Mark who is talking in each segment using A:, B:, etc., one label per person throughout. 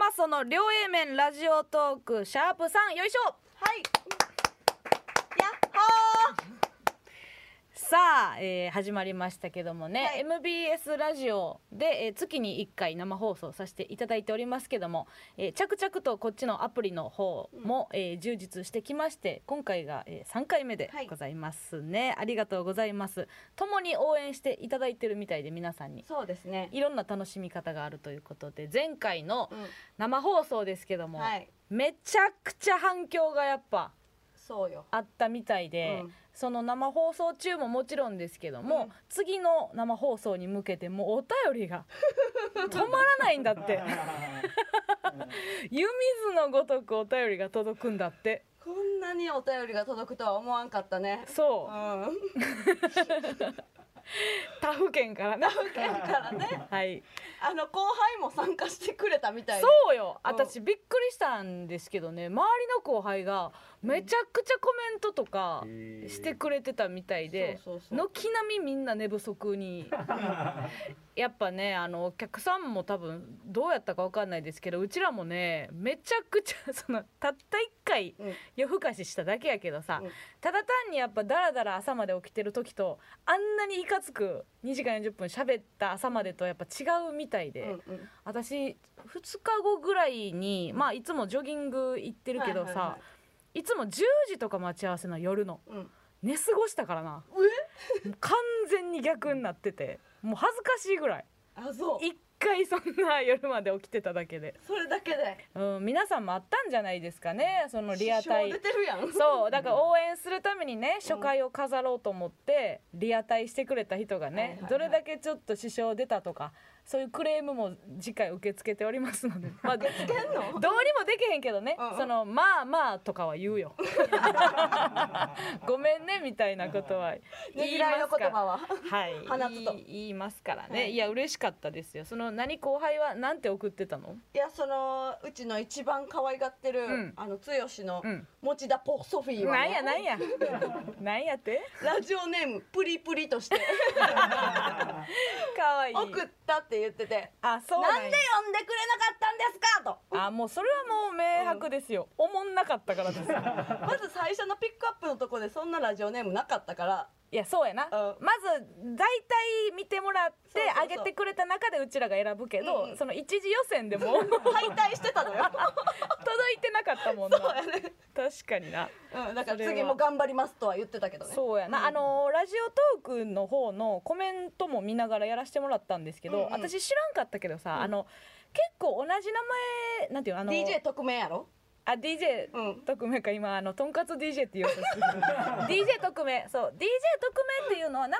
A: はその両 A 面ラジオトークシャープさんよいしょ
B: はい。やっほー。
A: さあ、えー始まりましたけどもね、
B: はい
A: MBS ラジオで、えー月に1回生放送させていただいておりますけども、えー着々とこっちのアプリの方も、えー充実してきまして今回が、え3回目で
B: はい
A: ございますね、ありがとうございます共に応援していただいてるみたいで皆さんに
B: そうですね。
A: いろんな楽しみ方があるということで前回の
B: う
A: 生放送ですけど
B: ん。
A: も、
B: はい。
A: めちゃくちゃ反響がやっぱ
B: そうよ。
A: あったみたいで、
B: うん
A: その生放送中ももちろんですけども、
B: うん
A: 次の生放送に向けてもうお便り が止まらないんだって湯水のごとくお便りが届くんだって
B: こんなにお便りが届くとは思わんかったね。う。
A: そうん他府県からな
B: 県か らね。
A: はい
B: あの後輩も参加してくれたみたいで。
A: そうよ
B: うん
A: 私びっくりしたんですけどね周りの後輩がめちゃくちゃコメントとかしてくれてたみたいで
B: そうそうそう
A: 軒並みみんな寝不足 にやっぱねあのお客さんも多分どうやったか分かんないですけどうちらもねめちゃくちゃ そのたった1回
B: うん。
A: 夜更かししただけやけどさ、
B: うん
A: ただ単にやっぱダラダラ朝まで起きてる時とあんなにいかつく2時間40分喋った朝までとやっぱ違うみたいで。
B: うんうん。
A: 私2日後ぐらいにまあいつもジョギング行ってるけどさ、
B: はいいはいはい
A: つも10時とか待ち合わせの夜の
B: うん。
A: 寝過ごしたからなもう完全に逆になっててもう恥ずかしいぐらい
B: あ、そう。
A: 一回そんな夜まで起きてただけで、
B: それだけで。
A: うん、皆さんもあったんじゃないですかねそのリアタ
B: 支
A: イ
B: 障出てるやん。
A: そうだから応援するためにね初回を飾ろうと思ってリアタイしてくれた人がね、
B: はいはいはい
A: どれだけちょっと支障出たとかそういうクレームも次回受け付けております ので、まあ、どうに
B: 出てんの
A: も。できへんけどね、
B: うんうん
A: そのまあまあとかは言 うよごめんねみたいなことは
B: ね
A: 言
B: ぎ
A: い
B: らい
A: ま
B: の
A: すか
B: 言
A: ら
B: 葉は。
A: はい
B: 放つと
A: 言い言いますからね、、
B: はいい
A: や嬉しかったですよその何後輩はなんて送ってたの
B: いやそのうちの一番可愛がってる、
A: うん
B: あの剛の
A: うん
B: 持田ポソフィーは
A: なん
B: ね、
A: やなんや なんやって
B: ラジオネームプリプリとして
A: かわいい
B: 送ったって言ってて
A: あ
B: 「
A: そう
B: なん
A: な
B: で
A: ん
B: 呼
A: や
B: んでくれなかったんですか?」と
A: あもうそれはもう明白ですよ、おもんなかったから です
B: まず最初のピックアップのとこでそんなラジオネームなかったから
A: いやそうやな、
B: う
A: まず大体見てもらって
B: そうそうそう
A: 上げてくれた中でうちらが選ぶけど、
B: うん
A: その一次予選でも届
B: 敗退してたのよ、
A: いてなかったもんな確かにな
B: うん、だか
A: それ
B: ら
A: は
B: 次も頑張りますとは言ってたけどね
A: そうやな、あのーラジオトークの方のコメントも見ながらやらせてもらったんですけど、
B: うんうん
A: 私知らんかったけどさ、あの結構同じ名前なんていうのあの
B: DJ 特命やろ
A: あ DJ
B: うん
A: 特命か今あのとんかつ DJ って言おうとしてる DJ 特 命そう DJ 特命っていうのは名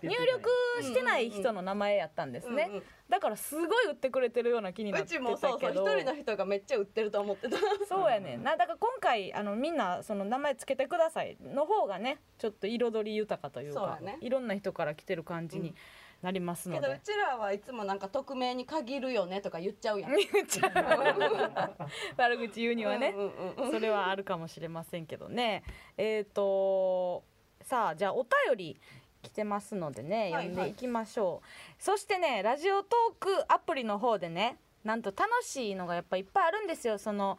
A: 前を入力してない人の名前やったんですね、
B: うんうん
A: だからすごい売ってくれてるような気にな
B: う
A: って
B: ち
A: たけど
B: もそうそう一人の人がめっちゃ売ってると思ってた
A: そうやねんなだから今回あのみんなその名前つけてくださいの方がねちょっと彩り豊かというか
B: そうやね
A: いろんな人から来てる感じ
B: う
A: に
B: ん
A: なりますの
B: け
A: で、
B: どうちらはいつもなんか匿名に限るよねとか言っちゃう やん
A: 言っちゃう悪口言うにはね、
B: うんうんうんう ん
A: それはあるかもしれませんけどねえっ、とさあじゃあお便り来てますのでね
B: はいはい
A: 読んでいきましょう、そしてねラジオトークアプリの方でねなんと楽しいのがやっぱいっぱいあるんですよその、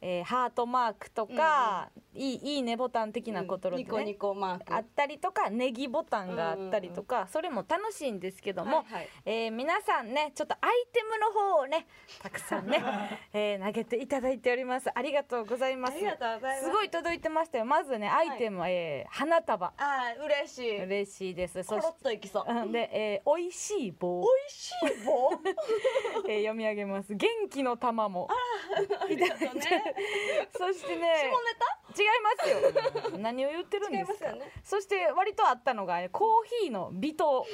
A: えーハートマークとか、いいいいねボタン的なこと
B: うん
A: で
B: ニ
A: ね、
B: コニコマーク
A: あったりとかネギボタンがあったりとか、それも楽しいんですけども、
B: はいはい
A: えー皆さんねちょっとアイテムの方をねたくさん ね、えー投げていただいておりますありがとうございます
B: ありがとうございます
A: すごい届いてましたよまずねアイテム、はえー花束
B: あー嬉しい
A: 嬉しいです
B: コ
A: そし
B: ロッといきそう美
A: うんで、えー、美味しい棒、
B: 味しい棒
A: えー読み上げます元気の玉も
B: ありがとうね下ネ
A: そしてね違いますよ何を言ってるん
B: タ違
A: で
B: いますす
A: か
B: よね
A: そして割とあったのがえーコーヒーの微 糖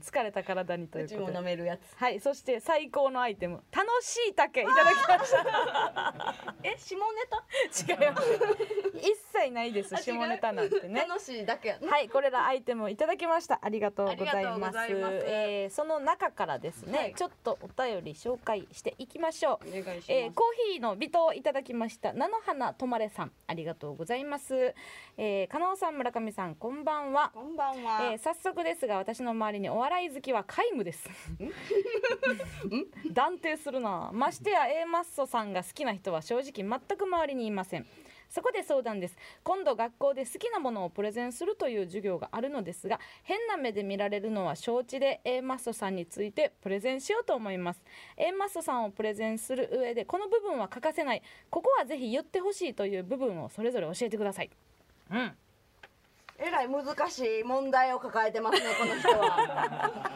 A: 疲れた体にというう
B: ち
A: こ
B: も
A: とで
B: 飲めるやつ
A: はいそして最高のアイテム楽しい竹いただきました
B: え下ネタ
A: 違います一切ないです
B: あ違う
A: 下ネタなんてね
B: 楽しいだけやな
A: はいこれらアイテムをいただきましたありがとうござい
B: ありがとう
A: ます
B: ございます
A: えーその中からですね、
B: はい
A: ちょっとお便り紹介していきましょう
B: お願いします、
A: えーコーヒーの微糖をいただきました菜の花とまれさんありがとうございます、えー、加納さん村上さんこんばんは
B: こんばんは、
A: えー早速ですが私の周りにお笑い好きは皆無です断定するなましてや A マッソさんが好きな人は正直全く周りにいませんそこで相談です今度学校で好きなものをプレゼンするという授業があるのですが変な目で見られるのは承知で A マッソさんについてプレゼンしようと思います A マッソさんをプレゼンする上でこの部分は欠かせないここはぜひ言ってほしいという部分をそれぞれ教えてくださいうん
B: えらい難しい問題を抱えてますねこの人 は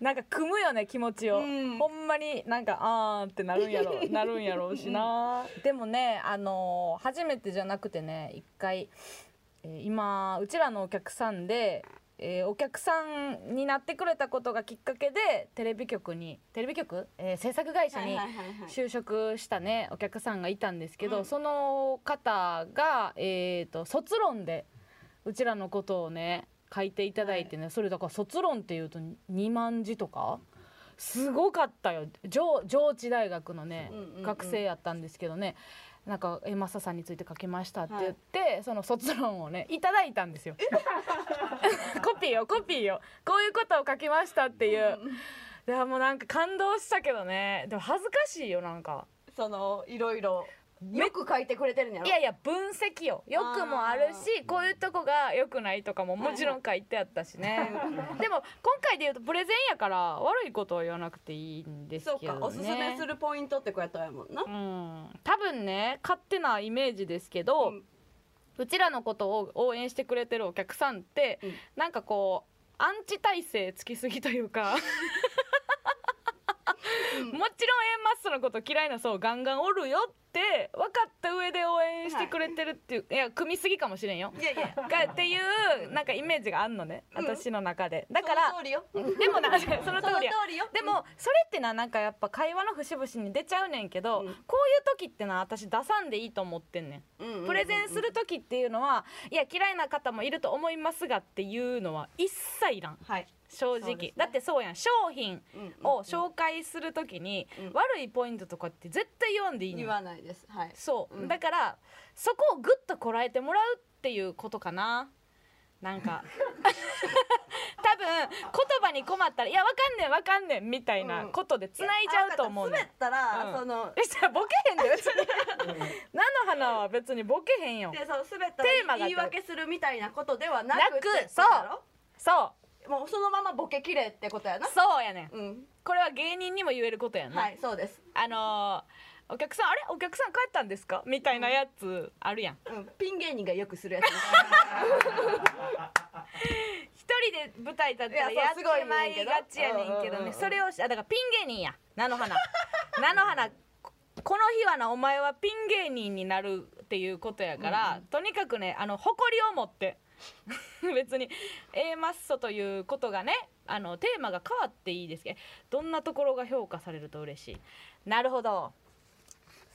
A: なんか組むよね気持ちを、
B: うん
A: ほんまになんかあーってなるんや ろなるんやろうしな、でもねあのー初めてじゃなくてね一回、えー今うちらのお客さんで、えーお客さんになってくれたことがきっかけでテレビ局にテレビ局、えー制作会社に就職したねお客さんがいたんですけど、
B: うん
A: その方が、えー、と卒論でうちらのことをね書いていただいてね、それだから卒論っていうと2万字とかすごかったよ上上智大学のね、
B: うんうんうん
A: 学生やったんですけどねなんか「えマサさんについて書きました」って言って、その卒論をねいただいたんですよ。 コピーをコピーをこういうことを書きましたっていう。いやもうなんか感動したけどねでも恥ずかしいよなんか
B: そのいろいろよく書いてくれてるんやろ
A: いやいや分析よよくもあるしこういうとこが良くないとかももちろん書いてあったし ねでも今回で言うとプレゼンやから悪いことを言わなくていいんです
B: そう
A: けど
B: か
A: ね
B: おすすめするポイントってこうやったんやもんな
A: うん多分ね勝手なイメージですけど、う
B: うん
A: ちらのことを応援してくれてるお客さんって、
B: うん
A: なんかこうアンチ体制つきすぎという かもちろん A マッソのこと嫌いな層ガンガンおるよって分かった上で応援してくれてるっていう、い、や組みすぎかもしれんよ。
B: いやいや
A: がっていうなんかイメージがあんのね、
B: うん
A: 私の中でだから
B: その通りよそ
A: でもな その
B: の
A: 通
B: 通
A: りや
B: りよ
A: でもそれってななんかやっぱ会話の節々に出ちゃうねんけど、
B: うん
A: こういう時ってな私出さんでいいと思ってんね
B: うんうんうんうんん
A: プレゼンする時っていうのは、いや嫌いな方もいると思いますがっていうのは一切いらん
B: はい
A: 正
B: そう
A: 直、
B: ですね
A: だってそうやん商品
B: うんうんうん
A: を紹介する時に、
B: うん
A: 悪いポイントとかって絶対言わんでいいね
B: 言
A: ん
B: わないですはい
A: そう、
B: うん
A: だからそこをグッとこらえてもらうっていうことかななんか多分言葉に困ったら「いやわかんねんわかんねん」みたいなことで繋いじゃうと思う
B: いや
A: ね
B: あ
A: ん
B: わかった滑っ
A: うん
B: たら、その
A: えじゃあボケへんで別に菜の花は別にボケへんよ
B: でその滑った
A: テーマ
B: ら
A: が
B: 言い訳するみたいなことではなく
A: なく
B: ってこと
A: そう
B: だろ
A: そう
B: もうそのままボケきれってことやな
A: そうやねん
B: うん
A: これは芸人にも言えることやな、
B: はいそうです
A: あのーお客さんあれお客さん帰ったんですかみたいなやつあるやん
B: うんピン芸人がよくするやつ
A: 一人で舞台立ったら
B: い
A: や
B: や
A: って
B: そうすごい
A: まいりがちやねんけ
B: うんうん
A: ど
B: うんう
A: ね
B: ん
A: それをしあだからピン芸人や菜の 花菜の花ここの日はなお前はピン芸人になるっていうことやから、とにかくねあの誇りを持って 別に A マッソということがねあのテーマが変わっていいですけどどんなところが評価されると嬉しいなるほど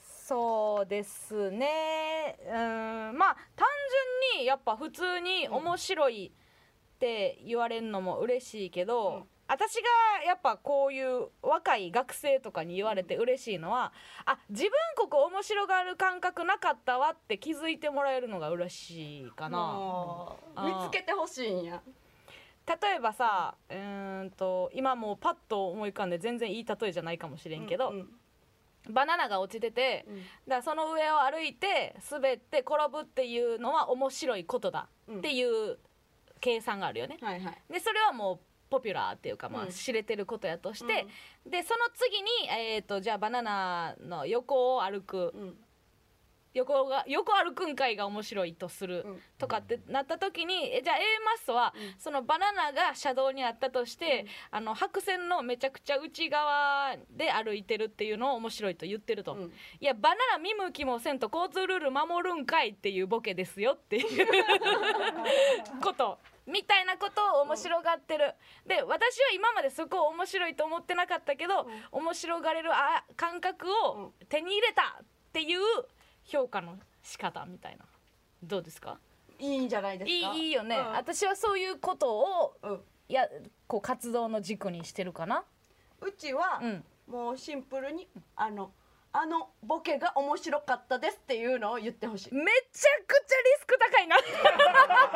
A: そうですねうーんまあ単純にやっぱ普通に面白いって言われるのも嬉しいけど、
B: うん
A: 私がやっぱこういう若い学生とかに言われて嬉しいのは、あ自分ここ面白がる感覚なかったわって気づいてもらえるのが嬉しいかな。
B: もう
A: あー
B: 見つけてほしいんや
A: 例えばさうーんと今もうパッと思い浮かんで全然いい例えじゃないかもしれんけど、
B: うん
A: バナナが落ちてて、
B: うん
A: だからその上を歩いて滑って転ぶっていうのは面白いことだ
B: うん
A: っていう計算があるよね。
B: はいはい
A: でそれはもうポピュラーっていうか、まあ、
B: うん
A: 知れてることやとして、でその次に、えー、とじゃあバナナの横を歩く
B: うんうん
A: 横が横歩くんかいが面白いとする
B: うん
A: とかってなった時にえじゃあ A マッソは
B: うん
A: そのバナナが車道にあったとして、あの白線のめちゃくちゃ内側で歩いてるっていうのを面白いと言ってると。
B: うん
A: いやバナナ見向きもせんと交通ルール守るんかいっていうボケですよっていう ことみたいなことを面白がってる、で私は今までそこを面白いと思ってなかったけど、面白がれるあ感覚を手に入れたっていう評価の仕方みたいなどうですか
B: いいんじゃないです
A: い
B: か
A: いいいよね、
B: うん
A: 私はそういうことを
B: うん
A: いやこう活動の軸にしてるかな
B: うちは
A: うん
B: もうシンプルにあのあのボケが面白かったですっていうのを言ってほしい
A: めちゃくちゃリスク高いな ク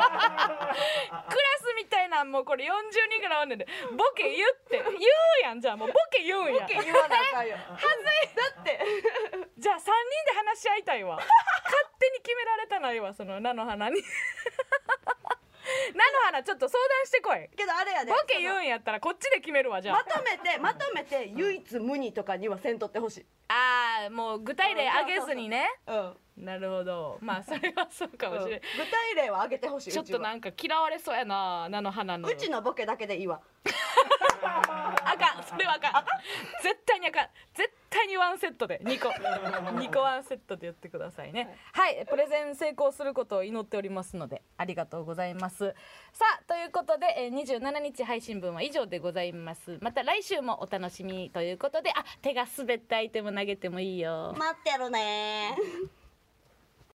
A: ラスみたいなんもうこれ40人ぐらいおんねんでボケ言って言うやんじゃあもうボケ言うんや
B: 言わなあかんよ
A: じゃあ3人で話し合いたいわ勝手に決められたないわその菜の花に 菜の花ちょっと相談してこい
B: けどあれやで
A: ボケ言うんやったらこっちで決めるわじゃ
B: ま
A: あ
B: とめてまとめて唯一無二とかにはせんとってほしい
A: あーもう具体例あげずにね
B: うん
A: なるほどまあそれはそうかもしれな
B: 具
A: い、
B: 体例は挙げてほしい
A: ちょっとなんか嫌われそうやな菜の花の
B: うちのボケだけでいいわ
A: あかんそれはあかん絶対にあかん絶対にワンセットで2個2個ワンセットでやってくださいねはい、プレゼン成功することを祈っておりますのでありがとうございますさあということでえー27日配信分は以上でございますまた来週もお楽しみということであ手が滑ったアイテム投げてもいいよ
B: 待ってるね